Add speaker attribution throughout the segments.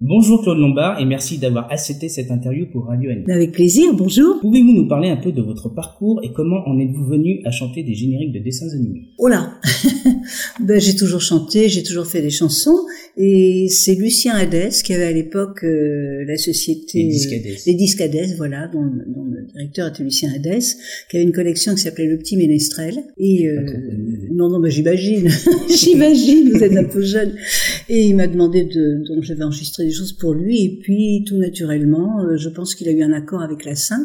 Speaker 1: Bonjour Claude Lombard et merci d'avoir accepté cette interview pour Radio Annie.
Speaker 2: Avec plaisir, bonjour.
Speaker 1: Pouvez-vous nous parler un peu de votre parcours et comment en êtes-vous venu à chanter des génériques de dessins animés
Speaker 2: Oh là ben, J'ai toujours chanté, j'ai toujours fait des chansons et c'est Lucien Hadès qui avait à l'époque euh, la société...
Speaker 1: Les disques Hadès.
Speaker 2: Les disques Hadès, voilà, dont, dont, le directeur était Lucien Hadès, qui avait une collection qui s'appelait Le Petit Ménestrel. Et, euh, non, non, ben, j'imagine, j'imagine, vous êtes un peu jeune. Et il m'a demandé de... Donc j'avais enregistré des choses pour lui. Et puis, tout naturellement, euh, je pense qu'il a eu un accord avec la 5,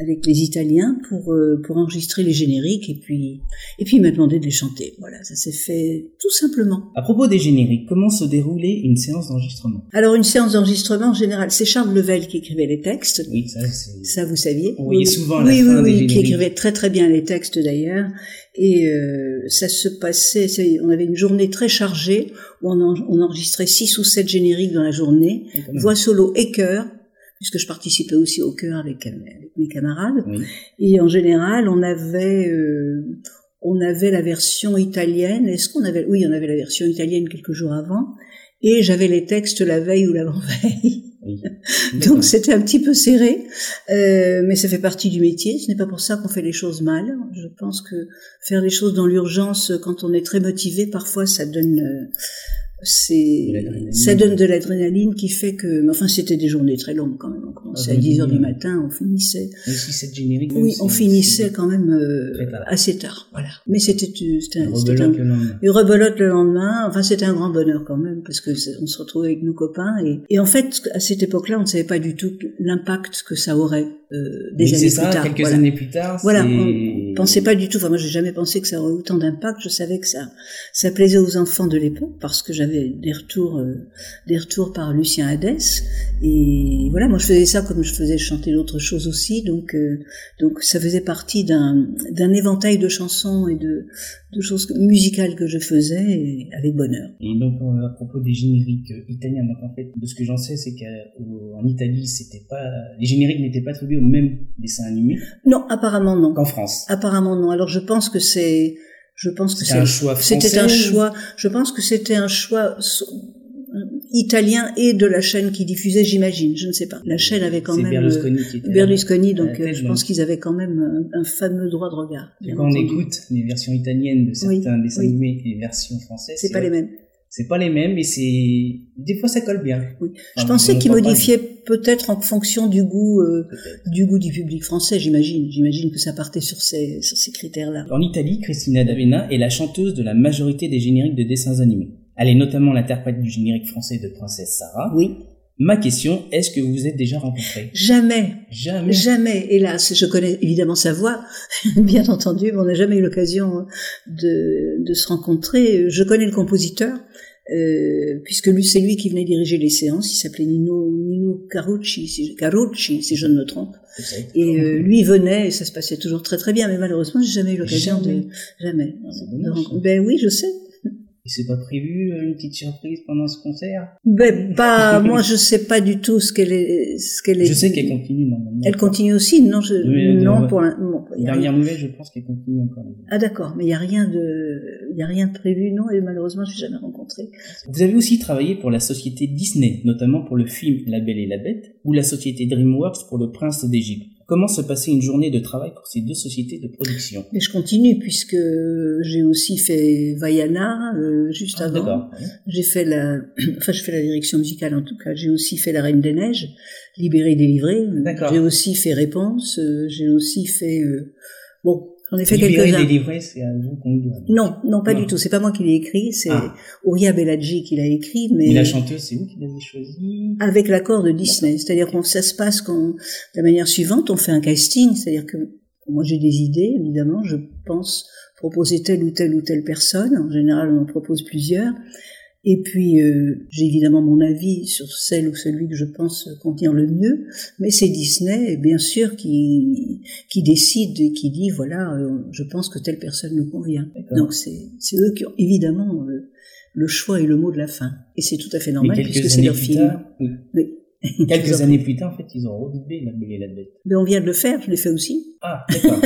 Speaker 2: avec les Italiens, pour, euh, pour enregistrer les génériques. Et puis, et puis, il m'a demandé de les chanter. Voilà, ça s'est fait tout simplement.
Speaker 1: À propos des génériques, comment se déroulait une séance d'enregistrement
Speaker 2: Alors, une séance d'enregistrement, en général, c'est Charles Level qui écrivait les textes.
Speaker 1: Oui, ça, c'est...
Speaker 2: Ça, vous saviez
Speaker 1: On voyait souvent à la
Speaker 2: Oui,
Speaker 1: fin
Speaker 2: oui,
Speaker 1: des
Speaker 2: oui,
Speaker 1: génériques.
Speaker 2: qui écrivait très très bien les textes d'ailleurs. Et euh, ça se passait, c'est- on avait une journée très chargée où on, en- on enregistrait six ou sept génériques dans la journée.
Speaker 1: Oui, quand même.
Speaker 2: voix solo et chœur, puisque je participais aussi au chœur avec, avec mes camarades.
Speaker 1: Oui.
Speaker 2: Et en général, on avait, euh, on avait la version italienne. Est-ce qu'on avait Oui, on avait la version italienne quelques jours avant. Et j'avais les textes la veille ou l'avant-veille.
Speaker 1: oui. D'accord.
Speaker 2: Donc c'était un petit peu serré, euh, mais ça fait partie du métier. Ce n'est pas pour ça qu'on fait les choses mal. Je pense que faire les choses dans l'urgence, quand on est très motivé, parfois ça donne, euh, c'est,
Speaker 1: De l'adrénaline.
Speaker 2: ça donne de l'adrénaline qui fait que, mais enfin c'était des journées très longues quand même. On commençait
Speaker 1: Ah,
Speaker 2: à
Speaker 1: oui,
Speaker 2: 10 heures du
Speaker 1: oui.
Speaker 2: matin, on finissait.
Speaker 1: Mais si cette générique...
Speaker 2: Oui,
Speaker 1: c'est-
Speaker 2: on finissait quand même euh,
Speaker 1: Très tard.
Speaker 2: assez tard. Voilà. Mais c'était, euh,
Speaker 1: c'est-
Speaker 2: c'était, un- c'était un
Speaker 1: rebelote le lendemain.
Speaker 2: et rebelote le lendemain. Enfin, c'était un grand bonheur quand même, parce que c'est- on se retrouvait avec nos copains. Et, et en fait, à cette époque-là, on ne savait pas du tout l'impact que ça aurait euh, des
Speaker 1: Oui, c'est
Speaker 2: années
Speaker 1: ça,
Speaker 2: plus tard.
Speaker 1: quelques
Speaker 2: voilà.
Speaker 1: années plus tard,
Speaker 2: Voilà,
Speaker 1: c'est-
Speaker 2: on pensait pas du tout. Enfin, moi, j'ai jamais pensé que ça aurait autant d'impact. Je savais que ça, ça plaisait aux enfants de l'époque parce que j'avais des retours, euh, des retours par Lucien Hadès. Et voilà, moi, je faisais ça comme je faisais chanter d'autres choses aussi. Donc, euh, donc, ça faisait partie d'un, d'un éventail de chansons et de, de choses que- musicales que je faisais et avec bonheur.
Speaker 1: Et donc euh, à propos des génériques euh, italiens, donc en fait de ce que j'en sais, c'est qu'en Italie, c'était pas les génériques n'étaient pas attribués au même dessin animé
Speaker 2: Non, apparemment non.
Speaker 1: qu'en France.
Speaker 2: Apparemment non. Alors, je pense que c'est, je pense que
Speaker 1: C'était
Speaker 2: c'est
Speaker 1: un choix français.
Speaker 2: C'était un choix. Je pense que c'était un choix so- italien et de la chaîne qui diffusait, j'imagine. Je ne sais pas. La chaîne avait quand
Speaker 1: C'est
Speaker 2: même euh,
Speaker 1: Berlusconi qui était. à la-
Speaker 2: Berlusconi,
Speaker 1: à
Speaker 2: donc
Speaker 1: la
Speaker 2: euh,
Speaker 1: tête,
Speaker 2: je
Speaker 1: donc.
Speaker 2: pense qu'ils avaient quand même euh, un, un fameux droit de regard.
Speaker 1: Et
Speaker 2: bien
Speaker 1: quand on
Speaker 2: entendu.
Speaker 1: écoute les versions italiennes de
Speaker 2: Oui,
Speaker 1: certains dessins
Speaker 2: oui.
Speaker 1: animés et les versions françaises,
Speaker 2: C'est pas les
Speaker 1: vrai.
Speaker 2: mêmes.
Speaker 1: C'est pas les mêmes, et c'est des fois ça colle bien.
Speaker 2: Oui.
Speaker 1: Enfin,
Speaker 2: je pensais
Speaker 1: on
Speaker 2: qu'ils
Speaker 1: entend pas,
Speaker 2: modifiaient peut-être en fonction du goût, euh,
Speaker 1: mais peut-être.
Speaker 2: du goût du public français. J'imagine. J'imagine que ça partait sur ces, sur ces critères-là.
Speaker 1: En Italie, Cristina D'Avena est la chanteuse de la majorité des génériques de dessins animés. Elle est notamment l'interprète du générique français de Princesse Sarah.
Speaker 2: Oui.
Speaker 1: Ma question, est-ce que vous vous êtes déjà rencontrés
Speaker 2: Jamais
Speaker 1: Jamais.
Speaker 2: Jamais, hélas. Je connais évidemment sa voix, bien entendu, mais on n'a jamais eu l'occasion de, de se rencontrer. Je connais le compositeur, euh, puisque lui, c'est lui qui venait diriger les séances. Il s'appelait Nino, Nino Carucci, si, Carucci, si je ne me trompe.
Speaker 1: Peut-être.
Speaker 2: Et euh, lui venait, et ça se passait toujours très très bien, mais malheureusement, j'ai jamais eu l'occasion
Speaker 1: Jamais. Ah,
Speaker 2: de... Jamais.
Speaker 1: C'est
Speaker 2: de
Speaker 1: dommage.
Speaker 2: rencontrer. Ben oui, je sais.
Speaker 1: Et c'est pas prévu euh, une petite surprise pendant ce concert
Speaker 2: Ben pas, moi, je sais pas du tout ce qu'elle est... Ce qu'elle est
Speaker 1: Je sais qu'elle continue normalement.
Speaker 2: Elle continue aussi, non, je,
Speaker 1: Oui, elle-
Speaker 2: non,
Speaker 1: ouais.
Speaker 2: pour la, bon, il y a rien.
Speaker 1: Dernière nouvelle, je pense qu'elle continue encore.
Speaker 2: Ah d'accord, mais il n'y a rien de, il y a rien de prévu, non, et malheureusement, je l'ai jamais rencontré.
Speaker 1: Vous avez aussi travaillé pour la société Disney, notamment pour le film La Belle et la Bête, ou la société DreamWorks pour Le Prince d'Égypte. Comment se passait une journée de travail pour ces deux sociétés de production
Speaker 2: Mais je continue puisque j'ai aussi fait Vaiana euh, juste avant.
Speaker 1: Ah, D'accord.
Speaker 2: J'ai fait la, enfin, je fais la direction musicale en tout cas. J'ai aussi fait La Reine des Neiges, Libérée, délivrée.
Speaker 1: D'accord.
Speaker 2: J'ai aussi fait Réponse. euh, j'ai aussi fait, euh, bon, j'en ai fait
Speaker 1: Libéré,
Speaker 2: quelques-uns.
Speaker 1: délivré, c'est à vous qu'on le doit.
Speaker 2: Non, non, pas
Speaker 1: Non.
Speaker 2: du tout. C'est pas moi qui l'ai écrit. C'est
Speaker 1: Ah.
Speaker 2: Ouria Bellaggi qui l'a écrit, mais.
Speaker 1: Et la chanteuse, c'est vous qui l'avez choisie
Speaker 2: avec l'accord de Disney. C'est-à-dire qu'on ça se passe qu'on, de la manière suivante, on fait un casting. C'est-à-dire que moi j'ai des idées, évidemment, je pense proposer telle ou telle ou telle personne. En général, on en propose plusieurs. Et puis euh, j'ai évidemment mon avis sur celle ou celui que je pense contenir le mieux, mais c'est Disney, bien sûr, qui qui décide et qui dit voilà, euh, je pense que telle personne nous convient.
Speaker 1: D'accord.
Speaker 2: Donc c'est c'est eux qui ont évidemment euh, le choix et le mot de la fin, et c'est tout à fait
Speaker 1: Mais
Speaker 2: normal
Speaker 1: quelques
Speaker 2: puisque c'est
Speaker 1: années
Speaker 2: leur
Speaker 1: plus
Speaker 2: film.
Speaker 1: tard, oui.
Speaker 2: Oui.
Speaker 1: Quelques années plus tard, en fait, ils ont redoublé La Belle et la Bête.
Speaker 2: Mais on vient de le faire, je l'ai fait aussi.
Speaker 1: Ah, d'accord.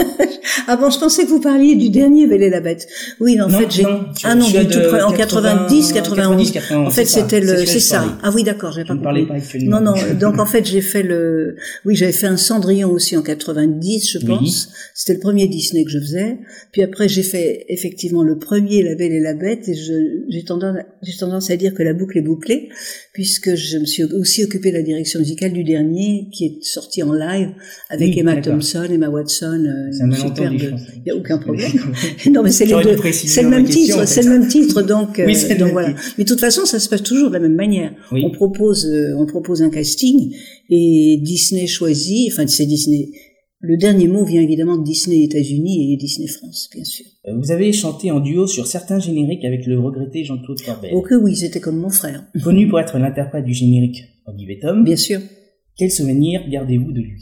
Speaker 2: Ah bon, je pensais que vous parliez du dernier Belle et la Bête. Oui, en
Speaker 1: Non,
Speaker 2: fait, j'ai...
Speaker 1: non, tu-
Speaker 2: Ah non,
Speaker 1: tu as
Speaker 2: du tout
Speaker 1: de
Speaker 2: pre- en 90, 91.
Speaker 1: 91,
Speaker 2: En fait,
Speaker 1: c'est ça,
Speaker 2: c'était le... C'est
Speaker 1: Sexual
Speaker 2: ça.
Speaker 1: Story.
Speaker 2: Ah oui, d'accord, j'ai
Speaker 1: Je
Speaker 2: pas
Speaker 1: ne parlais
Speaker 2: compris.
Speaker 1: pas actuellement.
Speaker 2: Non, non. euh, Donc en fait, j'ai fait le. Oui, j'avais fait un Cendrillon aussi en 90, je
Speaker 1: Oui.
Speaker 2: pense. C'était le premier Disney que je faisais. Puis après, j'ai fait effectivement le premier La Belle et la Bête. Et je- j'ai tendance, j'ai tendance à dire que la boucle est bouclée, puisque je me suis aussi occupée de la direction musicale du dernier, qui est sorti en live avec
Speaker 1: Oui,
Speaker 2: Emma
Speaker 1: d'accord.
Speaker 2: Thompson, Emma Watson. euh,
Speaker 1: C'est un
Speaker 2: une
Speaker 1: malentendu, je
Speaker 2: superbe-
Speaker 1: pense.
Speaker 2: Il y a aucun problème. non, mais c'est les
Speaker 1: J'aurais dû
Speaker 2: deux.
Speaker 1: préciser
Speaker 2: C'est le
Speaker 1: dans la
Speaker 2: même
Speaker 1: question,
Speaker 2: titre.
Speaker 1: en fait.
Speaker 2: C'est le même titre. Donc, euh,
Speaker 1: Oui, c'est le
Speaker 2: donc
Speaker 1: même
Speaker 2: voilà.
Speaker 1: titre.
Speaker 2: Mais de toute façon, ça se passe toujours de la même manière.
Speaker 1: Oui.
Speaker 2: On propose, euh, on propose un casting et Disney choisit. Enfin, c'est Disney. Le dernier mot vient évidemment de Disney États-Unis et Disney France, bien sûr.
Speaker 1: Euh, Vous avez chanté en duo sur certains génériques avec le regretté Jean-Claude Corbel.
Speaker 2: Oh que oui, c'était comme mon frère,
Speaker 1: Connu pour être l'interprète du générique Olivier Tom,
Speaker 2: bien sûr.
Speaker 1: quel souvenir gardez-vous de lui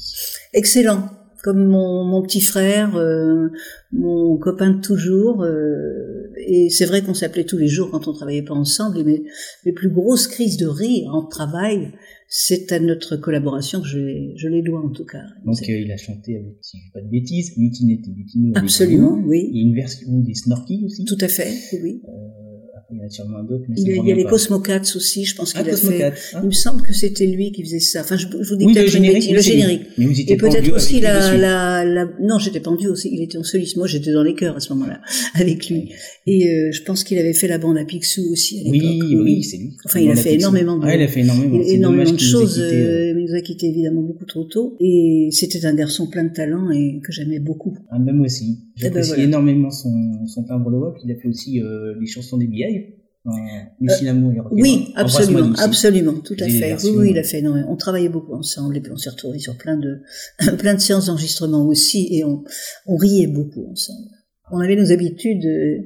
Speaker 2: Excellent, comme mon, mon petit frère, euh, mon copain de toujours. euh, et c'est vrai qu'on s'appelait tous les jours quand on travaillait pas ensemble. Et mes, mes plus grosses crises de rire en travail, c'est à notre collaboration que je, je les dois en tout cas.
Speaker 1: Donc euh, il a chanté avec, si je dis pas de bêtises, Mutinette et Mutino. avec
Speaker 2: Absolument,
Speaker 1: vous.
Speaker 2: oui.
Speaker 1: Il y a une version des Snorky aussi. Euh,
Speaker 2: Tout à fait, oui.
Speaker 1: Après, il y en a sûrement d'autres, mais
Speaker 2: Il
Speaker 1: ça
Speaker 2: y
Speaker 1: me
Speaker 2: a, il y a
Speaker 1: revient
Speaker 2: les
Speaker 1: pas.
Speaker 2: Cosmocats aussi, je pense
Speaker 1: Ah,
Speaker 2: qu'il a fait.
Speaker 1: Cosmocat. hein
Speaker 2: Il me semble que c'était lui qui faisait ça. Enfin, je, je vous dis
Speaker 1: oui,
Speaker 2: peut-être
Speaker 1: le
Speaker 2: une
Speaker 1: générique.
Speaker 2: bêtise.
Speaker 1: mais
Speaker 2: Le
Speaker 1: c'est-
Speaker 2: générique.
Speaker 1: Mais vous étiez
Speaker 2: Et
Speaker 1: pas en
Speaker 2: peut-être
Speaker 1: duo
Speaker 2: aussi
Speaker 1: avec lui
Speaker 2: la,
Speaker 1: dessus.
Speaker 2: la, la, non, j'étais pendu aussi, il était en soliste, moi j'étais dans les chœurs à ce moment-là, avec lui. Et euh, je pense qu'il avait fait la bande à Picsou aussi à l'époque.
Speaker 1: Oui, oui, c'est lui.
Speaker 2: Enfin, il a
Speaker 1: Dans la
Speaker 2: fait
Speaker 1: fiction.
Speaker 2: énormément de-
Speaker 1: Ah, il a fait énormément.
Speaker 2: Il a
Speaker 1: C'est
Speaker 2: énormément
Speaker 1: dommage
Speaker 2: de
Speaker 1: qu'il nous ait
Speaker 2: choses,
Speaker 1: quittés, euh,
Speaker 2: euh, il nous a quittés évidemment beaucoup trop tôt, et c'était un garçon plein de talent et que j'aimais beaucoup.
Speaker 1: Ah, même aussi.
Speaker 2: Eh ben
Speaker 1: J'apprécie
Speaker 2: voilà.
Speaker 1: énormément son, son timbre de voix, puis il a fait aussi euh, les chansons des BI. Euh, Lucie Lamour et Rock'n'Roll.
Speaker 2: Oui,
Speaker 1: Embrasse-moi,
Speaker 2: absolument,
Speaker 1: Lucie.
Speaker 2: absolument, tout à
Speaker 1: Les
Speaker 2: fait. Oui,
Speaker 1: versions,
Speaker 2: oui, il
Speaker 1: euh,
Speaker 2: a fait énormément. On travaillait beaucoup ensemble et puis on s'est retrouvés sur plein de, plein de séances d'enregistrement aussi et on, on riait beaucoup ensemble. On avait nos habitudes. euh,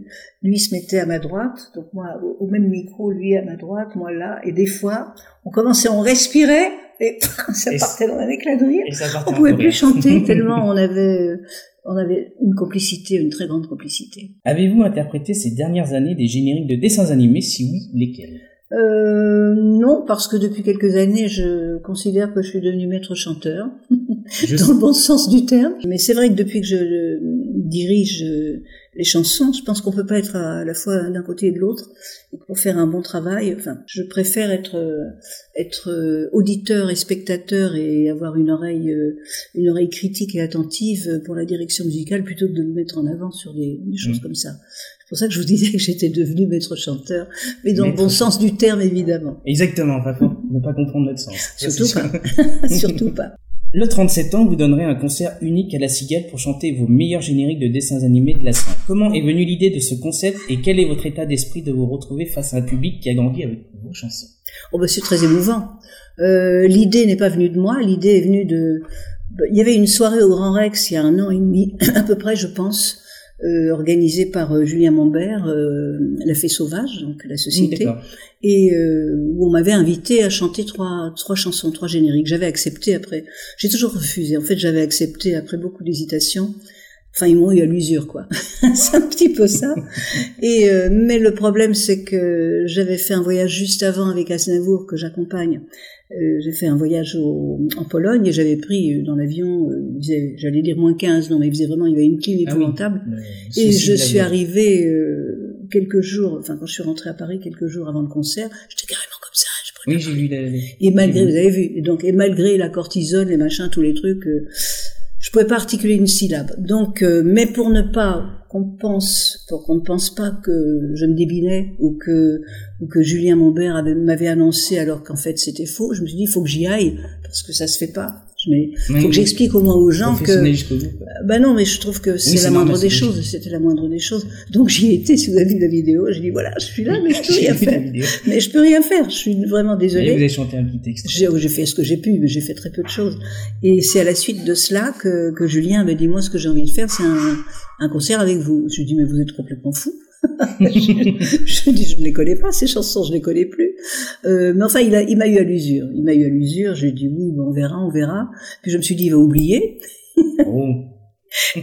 Speaker 2: Lui se mettait à ma droite, donc moi au- au même micro, lui à ma droite, moi là. Et des fois, on commençait, on respirait et ça
Speaker 1: Et Ah,
Speaker 2: partait dans un éclat de rire.
Speaker 1: Et ça partait
Speaker 2: On
Speaker 1: en
Speaker 2: pouvait
Speaker 1: Corée.
Speaker 2: plus chanter tellement on avait, on avait une complicité, une très grande complicité.
Speaker 1: Avez-vous interprété ces dernières années des génériques de dessins animés Si oui, lesquels
Speaker 2: Euh, non, parce que depuis quelques années, je considère que je suis devenue maître chanteur,
Speaker 1: Je
Speaker 2: dans le bon sens du terme. Mais c'est vrai que depuis que je euh, dirige euh, les chansons, je pense qu'on peut pas être à la fois d'un côté et de l'autre. Et que Pour faire un bon travail, enfin, je préfère être euh, être euh, auditeur et spectateur et avoir une oreille euh, une oreille critique et attentive pour la direction musicale plutôt que de me mettre en avant sur des, des choses
Speaker 1: Mhm.
Speaker 2: comme ça. C'est pour ça que je vous disais que j'étais devenue maître chanteur, mais dans le
Speaker 1: Maître
Speaker 2: bon sens du terme évidemment.
Speaker 1: Exactement, pas pour ne pas comprendre notre sens. Ça,
Speaker 2: Surtout
Speaker 1: c'est sûr.
Speaker 2: Surtout pas.
Speaker 1: Le 37 ans, vous donnerez un concert unique à la Cigale pour chanter vos meilleurs génériques de dessins animés de la scène. Comment est venue l'idée de ce concept et quel est votre état d'esprit de vous retrouver face à un public qui a grandi avec vos chansons
Speaker 2: Oh ben c'est très émouvant. Euh, l'idée n'est pas venue de moi, l'idée est venue de... bah, Il y avait une soirée au Grand Rex il y a un an et demi, à peu près je pense, euh, organisée par euh, Julien Mambert, euh, La Fée Sauvage, donc la société,
Speaker 1: D'accord.
Speaker 2: et euh, où on m'avait invité à chanter trois, trois chansons, trois génériques. J'avais accepté après. J'ai toujours refusé. En fait, j'avais accepté après beaucoup d'hésitation. Enfin, ils m'ont eu à l'usure, quoi. c'est un petit peu ça. Et euh, mais le problème, c'est que j'avais fait un voyage juste avant avec Asnavour que j'accompagne. Euh, j'ai fait un voyage au- en Pologne et j'avais pris euh, dans l'avion, euh, il faisait- j'allais dire moins 15, non, mais il faisait vraiment, il y avait une clim
Speaker 1: Ah oui.
Speaker 2: épouvantable.
Speaker 1: Le
Speaker 2: Et
Speaker 1: souci
Speaker 2: je
Speaker 1: de la
Speaker 2: suis
Speaker 1: vie.
Speaker 2: arrivée euh, quelques jours, enfin quand je suis rentrée à Paris quelques jours avant le concert, j'étais carrément comme ça. je prenais-
Speaker 1: Oui, j'ai vu la.
Speaker 2: Et malgré,
Speaker 1: j'ai
Speaker 2: vous
Speaker 1: vu.
Speaker 2: avez vu, et donc et malgré la cortisone, les machins, tous les trucs, euh, je pouvais pas articuler une syllabe. Donc, euh, mais pour ne pas qu'on pense, pour qu'on ne pense pas que je me débinais ou que ou que Julien Monbert avait- m'avait annoncé alors qu'en fait c'était faux, je me suis dit il faut que j'y aille parce que ça se fait pas. Mais
Speaker 1: Oui,
Speaker 2: faut que
Speaker 1: oui.
Speaker 2: j'explique au moins aux gens que
Speaker 1: Professionnel jusqu'au bout. quoi.
Speaker 2: ben non, mais je trouve que c'est
Speaker 1: Oui, c'est
Speaker 2: la moindre
Speaker 1: normal,
Speaker 2: des
Speaker 1: c'est
Speaker 2: choses.
Speaker 1: logique.
Speaker 2: C'était la moindre des choses. Donc j'y étais. Si vous avez vu la vidéo, j'ai dit voilà, je suis là, mais je peux
Speaker 1: J'ai
Speaker 2: rien
Speaker 1: vu la
Speaker 2: faire.
Speaker 1: vidéo.
Speaker 2: Mais je peux rien faire. Je suis vraiment
Speaker 1: Et vous
Speaker 2: désolée.
Speaker 1: avez chanté un petit texte.
Speaker 2: J'ai j'ai fait ce que j'ai pu, mais j'ai fait très peu de choses. Et c'est à la suite de cela que, que Julien me dit moi, ce que j'ai envie de faire, c'est un, un concert avec vous. Je lui dis mais vous êtes complètement fou. je dis je ne les connais pas ces chansons, je ne les connais plus. Euh, mais enfin, il a- il m'a eu à l'usure. Il m'a eu à l'usure. J'ai dit oui, bon, on verra, on verra. Puis je me suis dit il va oublier.
Speaker 1: Oh.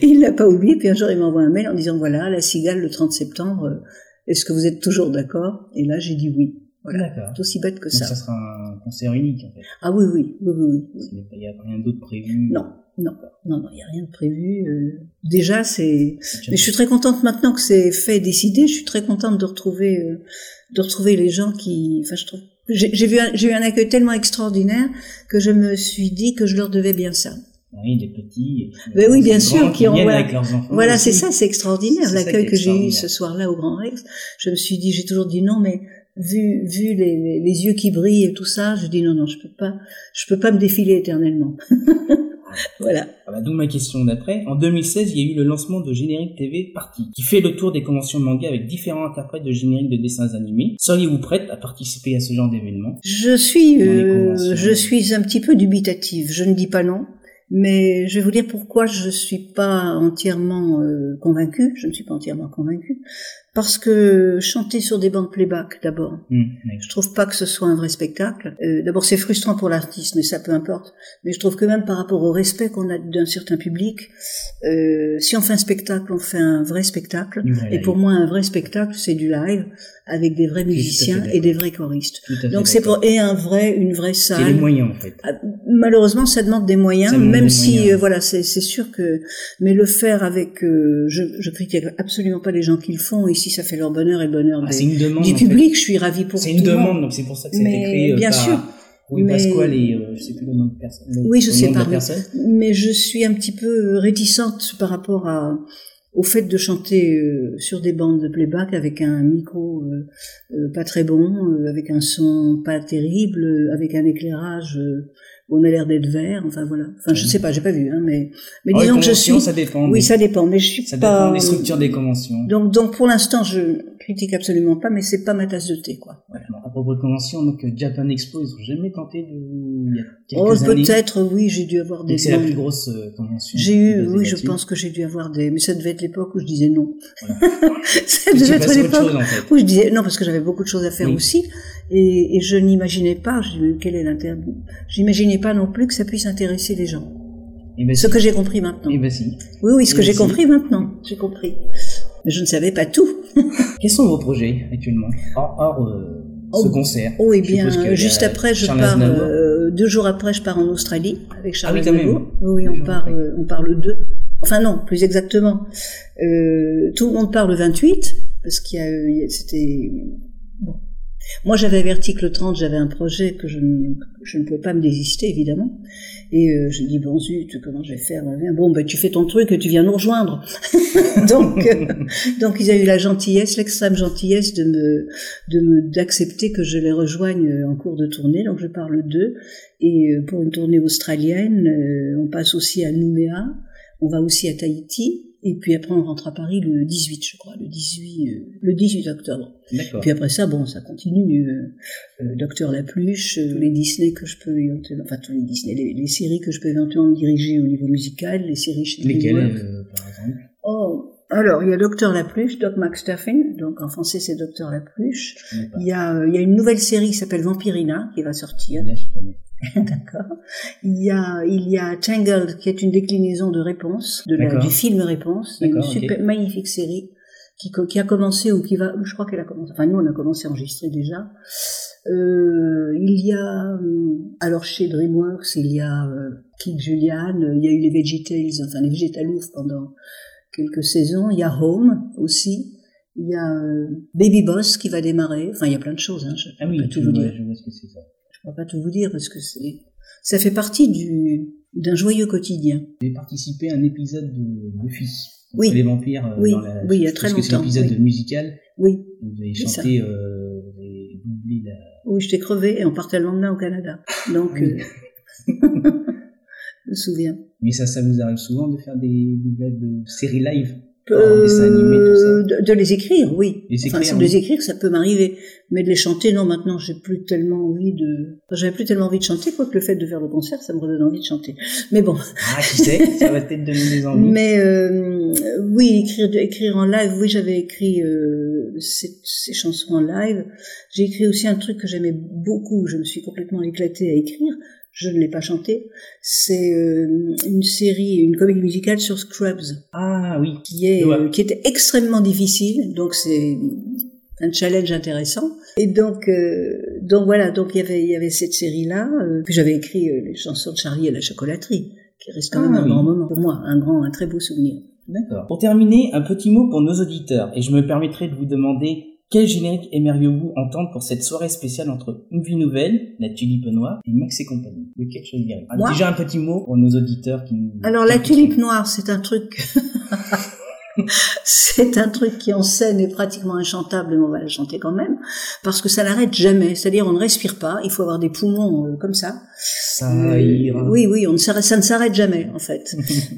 Speaker 2: Et il l'a pas oublié, puis un jour il m'envoie un mail en disant voilà, la cigale le 30 septembre, euh, est-ce que vous êtes toujours d'accord Et là j'ai dit oui. Voilà.
Speaker 1: D'accord.
Speaker 2: C'est aussi bête que
Speaker 1: Donc
Speaker 2: ça.
Speaker 1: ça sera un concert unique en fait.
Speaker 2: Ah oui, oui, oui, oui, oui.
Speaker 1: Il n'y a rien d'autre prévu.
Speaker 2: Non, non, non, non, il n'y a rien de prévu. euh, déjà, c'est. Mais je suis très contente maintenant que c'est fait, décidé. Je suis très contente de retrouver, euh, de retrouver les gens qui. Enfin, je trouve. J'ai j'ai vu, un- j'ai eu un accueil tellement extraordinaire que je me suis dit que je leur devais bien ça.
Speaker 1: Oui, des petits. et-
Speaker 2: Ben oui, bien
Speaker 1: des
Speaker 2: sûr,
Speaker 1: grands
Speaker 2: qui ont-
Speaker 1: viennent
Speaker 2: voilà.
Speaker 1: avec leurs enfants.
Speaker 2: Voilà,
Speaker 1: aussi.
Speaker 2: c'est ça, c'est extraordinaire
Speaker 1: C'est ça qui est
Speaker 2: l'accueil que j'ai eu
Speaker 1: extraordinaire.
Speaker 2: ce soir-là au Grand Rex. Je me suis dit, j'ai toujours dit non, mais vu vu les, les, les yeux qui brillent et tout ça, je dis non, non, je peux pas, je peux pas me défiler éternellement. voilà.
Speaker 1: Ah bah, D'où ma question d'après. En 2016, il y a eu le lancement de Générique TV Party, qui fait le tour des conventions manga avec différents interprètes de génériques de dessins animés. Seriez-vous prête à participer à ce genre d'événement
Speaker 2: Je suis,
Speaker 1: Dans les
Speaker 2: euh,
Speaker 1: conventions.
Speaker 2: je suis un petit peu dubitative. Je ne dis pas non, mais je vais vous dire pourquoi je suis pas entièrement euh, convaincue. Je ne suis pas entièrement convaincue parce que chanter sur des bancs de playback d'abord.
Speaker 1: Hmm, oui.
Speaker 2: Je trouve pas que ce soit un vrai spectacle. Euh, D'abord, c'est frustrant pour l'artiste, mais ça peu importe. Mais je trouve que même par rapport au respect qu'on a d'un certain public, euh, si on fait un spectacle, on fait un vrai spectacle.
Speaker 1: Du vrai
Speaker 2: Et pour
Speaker 1: live.
Speaker 2: moi, un vrai spectacle, c'est du live avec des vrais
Speaker 1: Je suis tout à fait
Speaker 2: musiciens
Speaker 1: d'accord.
Speaker 2: et des vrais choristes.
Speaker 1: Tout à fait
Speaker 2: Donc c'est
Speaker 1: d'accord.
Speaker 2: pour et un vrai, une vraie
Speaker 1: C'est les
Speaker 2: salle.
Speaker 1: moyens en fait.
Speaker 2: Ah, Malheureusement, ça demande des moyens,
Speaker 1: Ça demande
Speaker 2: même
Speaker 1: des
Speaker 2: si
Speaker 1: moyens.
Speaker 2: euh, voilà, c'est c'est sûr que. Mais le faire avec, euh, je, je critique absolument pas les gens qui le font. Et si ça fait leur bonheur et le bonheur
Speaker 1: Ah,
Speaker 2: des-
Speaker 1: c'est une demande.
Speaker 2: du
Speaker 1: en fait.
Speaker 2: public, je suis ravie pour
Speaker 1: C'est
Speaker 2: tout
Speaker 1: une
Speaker 2: le monde.
Speaker 1: demande, donc c'est pour ça que ça a
Speaker 2: Mais
Speaker 1: été créé euh,
Speaker 2: bien
Speaker 1: par
Speaker 2: sûr.
Speaker 1: Rui
Speaker 2: Mais-
Speaker 1: Pasquale et euh, je sais plus le nom de personne. le-
Speaker 2: Oui, je
Speaker 1: le
Speaker 2: sais
Speaker 1: nom de
Speaker 2: pas,
Speaker 1: la
Speaker 2: mais-
Speaker 1: personne.
Speaker 2: Mais je suis un petit peu réticente par rapport à au fait de chanter euh, sur des bandes de playback avec un micro euh, euh, pas très bon, euh, avec un son pas terrible, euh, avec un éclairage euh, où on a l'air d'être vert. Enfin voilà. Enfin je
Speaker 1: Mhm.
Speaker 2: sais pas, j'ai pas vu, hein, mais mais
Speaker 1: Oh, les
Speaker 2: disons que je
Speaker 1: conventions,
Speaker 2: suis.
Speaker 1: Ça dépend.
Speaker 2: Oui,
Speaker 1: des-
Speaker 2: ça dépend, mais je suis
Speaker 1: ça
Speaker 2: pas.
Speaker 1: dépend des structures des conventions.
Speaker 2: Donc donc pour l'instant je critique absolument pas, mais c'est pas ma tasse de thé quoi. Voilà.
Speaker 1: Bon, à propos de convention, donc euh, Japan Expo, ils ont jamais tenté de vous. Il y a
Speaker 2: Oh
Speaker 1: quelques années.
Speaker 2: peut-être oui, j'ai dû avoir des.
Speaker 1: Donc c'est la
Speaker 2: demandes.
Speaker 1: plus grosse euh, convention.
Speaker 2: J'ai eu,
Speaker 1: Basée
Speaker 2: oui, je
Speaker 1: là-dessus.
Speaker 2: pense que j'ai dû avoir des, mais ça devait être l'époque où je disais non.
Speaker 1: Voilà.
Speaker 2: ça
Speaker 1: Et tu
Speaker 2: devait être
Speaker 1: passes à autre
Speaker 2: l'époque
Speaker 1: chose, en fait.
Speaker 2: où je disais non parce que j'avais beaucoup de choses à faire
Speaker 1: Oui.
Speaker 2: aussi et, et je n'imaginais pas, je dis, mais quel est l'intérêt J'imaginais pas non plus que ça puisse intéresser les gens.
Speaker 1: Et ben
Speaker 2: Ce
Speaker 1: si.
Speaker 2: que j'ai compris maintenant.
Speaker 1: Eh ben, si.
Speaker 2: Oui, oui, ce que
Speaker 1: Et
Speaker 2: j'ai
Speaker 1: si.
Speaker 2: compris maintenant, j'ai compris. Mais je ne savais pas tout.
Speaker 1: Quels sont vos projets actuellement hors, hors, euh, ce
Speaker 2: Oh.
Speaker 1: concert
Speaker 2: Oh, et
Speaker 1: Je suppose qu'il y
Speaker 2: bien,
Speaker 1: a
Speaker 2: juste après, je
Speaker 1: Charles
Speaker 2: pars,
Speaker 1: Aznavour.
Speaker 2: euh, deux jours après, je pars en Australie avec Charles
Speaker 1: Ah oui, quand même.
Speaker 2: Aznavour. Oui,
Speaker 1: Deux
Speaker 2: on
Speaker 1: jours
Speaker 2: part,
Speaker 1: après.
Speaker 2: euh, on part le 2. Enfin non, plus exactement. Euh, tout le monde part le 28, parce qu'il y a, eu- il y a- c'était, bon. Moi, j'avais averti que le 30, j'avais un projet que je ne, je ne pouvais pas me désister, évidemment. Et euh, j'ai dit, bon zut, comment je vais faire Bon, ben tu fais ton truc et tu viens nous rejoindre. donc, euh, donc ils avaient eu la gentillesse, l'extrême gentillesse de me, de me, d'accepter que je les rejoigne euh, en cours de tournée. Donc je pars le 2 et euh, pour une tournée australienne, euh, on passe aussi à Nouméa, on va aussi à Tahiti et puis après on rentre à Paris le 18, je crois, le 18, euh, le 18 octobre.
Speaker 1: D'accord.
Speaker 2: Puis après ça, bon, ça continue. euh, euh, Docteur Lapluche, euh, les Disney que je peux éventuellement, enfin tous les Disney, les, les séries que je peux éventuellement diriger au niveau musical, les séries chez
Speaker 1: Lesquels,
Speaker 2: DreamWorks.
Speaker 1: euh, par exemple
Speaker 2: Oh, alors il y a Docteur Lapluche, Doc McStuffin, donc en français c'est Docteur Lapluche.
Speaker 1: Je connais pas.
Speaker 2: Il y a, euh, il y a une nouvelle série qui s'appelle Vampirina qui va sortir.
Speaker 1: Là, je connais.
Speaker 2: D'accord. Il y a, il y a Tangled qui est une déclinaison de Réponse, de la-
Speaker 1: D'accord.
Speaker 2: du film Réponse. Il y a une
Speaker 1: D'accord, ok.
Speaker 2: super, magnifique série qui, co- qui a commencé ou qui va, je crois qu'elle a commencé. Enfin, nous on a commencé à enregistrer déjà. Euh, il y a, euh, alors chez DreamWorks, il y a euh, Kid Julian, euh, il y a eu les VeggieTales, enfin les Végétaloufs pendant quelques saisons. Il y a Home aussi. Il y a euh, Baby Boss qui va démarrer. Enfin, il y a plein de choses. Hein, je
Speaker 1: Ah
Speaker 2: peux
Speaker 1: oui,
Speaker 2: pas
Speaker 1: je
Speaker 2: tout vous
Speaker 1: vois,
Speaker 2: dire.
Speaker 1: je vois ce que c'est ça.
Speaker 2: Je ne peux pas tout vous dire parce que c'est ça fait partie du d'un joyeux quotidien.
Speaker 1: J'ai participé à un épisode de Buffy.
Speaker 2: Oui.
Speaker 1: Les vampires. euh,
Speaker 2: Oui,
Speaker 1: dans la-
Speaker 2: oui, il y a
Speaker 1: je
Speaker 2: très
Speaker 1: pense que c'est
Speaker 2: longtemps,
Speaker 1: l'épisode
Speaker 2: oui.
Speaker 1: de musical.
Speaker 2: Oui,
Speaker 1: Vous avez
Speaker 2: C'est ça.
Speaker 1: chanté, euh, vous avez doublé la.
Speaker 2: oui, j'étais crevée et on partait le lendemain au Canada. Donc,
Speaker 1: Oui.
Speaker 2: euh, je me souviens.
Speaker 1: Mais ça, ça vous arrive souvent de faire des doublages de séries live En dessin animé, tout Ah, ça.
Speaker 2: Euh, de, de les écrire, oui.
Speaker 1: Les
Speaker 2: enfin,
Speaker 1: écrire,
Speaker 2: sur
Speaker 1: oui.
Speaker 2: les écrire, ça peut m'arriver. Mais de les chanter, non, maintenant, j'ai plus tellement envie de. enfin, J'avais plus tellement envie de chanter, quoique le fait de faire le concert, ça me redonne envie de chanter. Mais bon.
Speaker 1: Ah, qui sait Ça va peut-être donner des envies.
Speaker 2: Mais euh, oui, écrire, écrire en live, oui, j'avais écrit euh, ces, ces chansons en live. J'ai écrit aussi un truc que j'aimais beaucoup, je me suis complètement éclatée à écrire, je ne l'ai pas chanté. C'est euh, une série, une comédie musicale sur Scrubs,
Speaker 1: Ah oui.
Speaker 2: qui, est,
Speaker 1: Ouais.
Speaker 2: euh, qui était extrêmement difficile, donc c'est... un challenge intéressant. Et donc, euh, donc voilà, donc il y avait, il y avait cette série-là. Euh, puis j'avais écrit euh, les chansons de Charlie et la chocolaterie, qui reste quand
Speaker 1: Ah,
Speaker 2: même un
Speaker 1: oui.
Speaker 2: grand moment pour moi, un grand, un très beau souvenir.
Speaker 1: D'accord. Pour terminer, un petit mot pour nos auditeurs, et je me permettrai de vous demander quel générique aimeriez-vous entendre pour cette soirée spéciale entre Une Vie Nouvelle, La Tulipe Noire et Max et compagnie Lequel choisiriez Ah,
Speaker 2: Moi
Speaker 1: Déjà un petit mot pour nos auditeurs qui nous...
Speaker 2: Alors la tulipe noire, c'est un truc, c'est un truc qui en scène est pratiquement inchantable, mais on va la chanter quand même, parce que ça n'arrête jamais. C'est-à-dire on ne respire pas, il faut avoir des poumons euh, comme ça.
Speaker 1: Ça
Speaker 2: Euh,
Speaker 1: ira.
Speaker 2: Oui, oui, on ne s'arrête, ça ne s'arrête jamais en fait.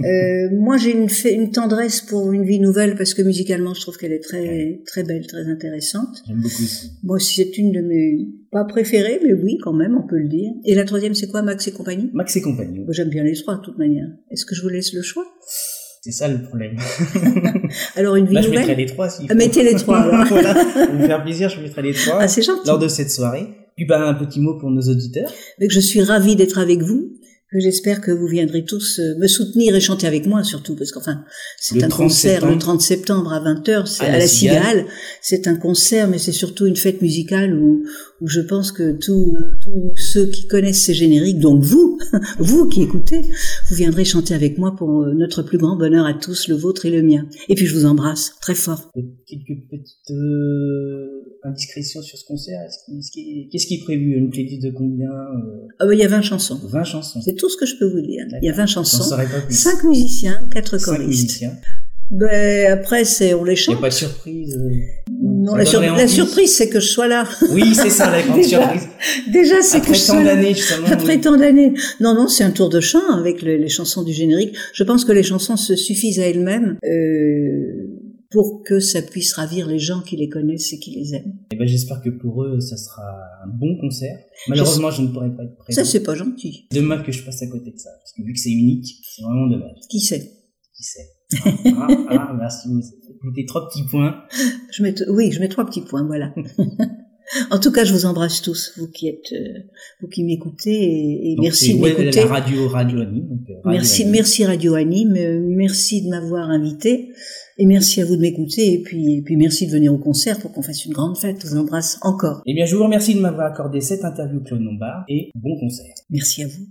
Speaker 2: Euh, moi, j'ai une, fa- une tendresse pour une vie nouvelle parce que musicalement, je trouve qu'elle est très, très belle, très intéressante.
Speaker 1: J'aime beaucoup ça.
Speaker 2: Moi, c'est une de mes pas préférées, mais oui, quand même, on peut le dire. Et la troisième, c'est quoi, Max et compagnie
Speaker 1: Max et compagnie,
Speaker 2: Moi, J'aime bien les trois, de toute manière. Est-ce que je vous laisse le choix
Speaker 1: c'est ça le problème.
Speaker 2: Alors, une vie
Speaker 1: Là, Bah, je mettrai
Speaker 2: nouvelle.
Speaker 1: les trois. s'il
Speaker 2: Ah,
Speaker 1: faut.
Speaker 2: Mettez les trois. alors.
Speaker 1: voilà, pour vous faire plaisir, je mettrai les trois
Speaker 2: Ah, c'est gentil.
Speaker 1: lors de cette soirée. Puis ben, un petit mot pour nos auditeurs.
Speaker 2: Mais que je suis ravie d'être avec vous, que j'espère que vous viendrez tous euh, me soutenir et chanter avec moi surtout, parce qu'enfin, c'est
Speaker 1: Le
Speaker 2: un
Speaker 1: 30
Speaker 2: concert
Speaker 1: septembre.
Speaker 2: le 30 septembre à 20h, c'est
Speaker 1: À
Speaker 2: à,
Speaker 1: la
Speaker 2: la Cigale. C'est un concert, mais c'est surtout une fête musicale où, où je pense que tous tous ceux qui connaissent ces génériques, donc vous, vous qui écoutez, vous viendrez chanter avec moi pour euh, notre plus grand bonheur à tous, le vôtre et le mien. Et puis je vous embrasse très fort.
Speaker 1: Quelques petites euh, indiscrétions sur ce concert. Est-ce qu'il- est-ce qu'il- Qu'est-ce qui est prévu Une playlist de combien euh,
Speaker 2: Ah ben, il y a 20 chansons.
Speaker 1: 20 chansons.
Speaker 2: C'est tout ce que je peux vous dire. Il y a 20
Speaker 1: J'en
Speaker 2: chansons.
Speaker 1: saurais pas plus.
Speaker 2: 5 musiciens, 4
Speaker 1: Cinq
Speaker 2: choristes.
Speaker 1: musiciens.
Speaker 2: Ben, après, c'est, on les
Speaker 1: Il n'y a
Speaker 2: chante.
Speaker 1: pas de surprise. euh,
Speaker 2: Non,
Speaker 1: ça
Speaker 2: la, sur-
Speaker 1: donnerait
Speaker 2: la
Speaker 1: envie.
Speaker 2: surprise, c'est que je sois là.
Speaker 1: Oui, c'est ça la grande
Speaker 2: Déjà,
Speaker 1: surprise.
Speaker 2: Déjà, c'est que
Speaker 1: Après
Speaker 2: je sois
Speaker 1: tant
Speaker 2: là.
Speaker 1: d'années, justement.
Speaker 2: Après
Speaker 1: oui.
Speaker 2: tant d'années. Non, non, c'est un tour de chant avec le- les chansons du générique. Je pense que les chansons se suffisent à elles-mêmes euh, pour que ça puisse ravir les gens qui les connaissent et qui les aiment.
Speaker 1: Eh ben, J'espère que pour eux, ça sera un bon concert. Malheureusement, je ne pourrai pas être présent.
Speaker 2: Ça, c'est pas gentil.
Speaker 1: C'est dommage que je passe à côté de ça. Parce que vu que c'est unique, c'est vraiment dommage.
Speaker 2: Qui sait
Speaker 1: Qui sait ah, ah, ah, merci. Vous vous mettez trois petits points.
Speaker 2: je mets, t- Oui, je mets trois petits points, voilà. en tout cas, je vous embrasse tous, vous qui êtes, euh, vous qui m'écoutez, et, et
Speaker 1: Donc,
Speaker 2: merci
Speaker 1: c'est
Speaker 2: de
Speaker 1: ouais,
Speaker 2: m'écouter.
Speaker 1: La radio, radio anime. donc, euh, radio
Speaker 2: Merci,
Speaker 1: anime.
Speaker 2: merci Radio Anime, euh, merci de m'avoir invité et merci à vous de m'écouter et puis, et puis merci de venir au concert pour qu'on fasse une grande fête. Je vous embrasse encore.
Speaker 1: Eh bien, je vous remercie de m'avoir accordé cette interview, Claude Lombard, et bon concert.
Speaker 2: Merci à vous.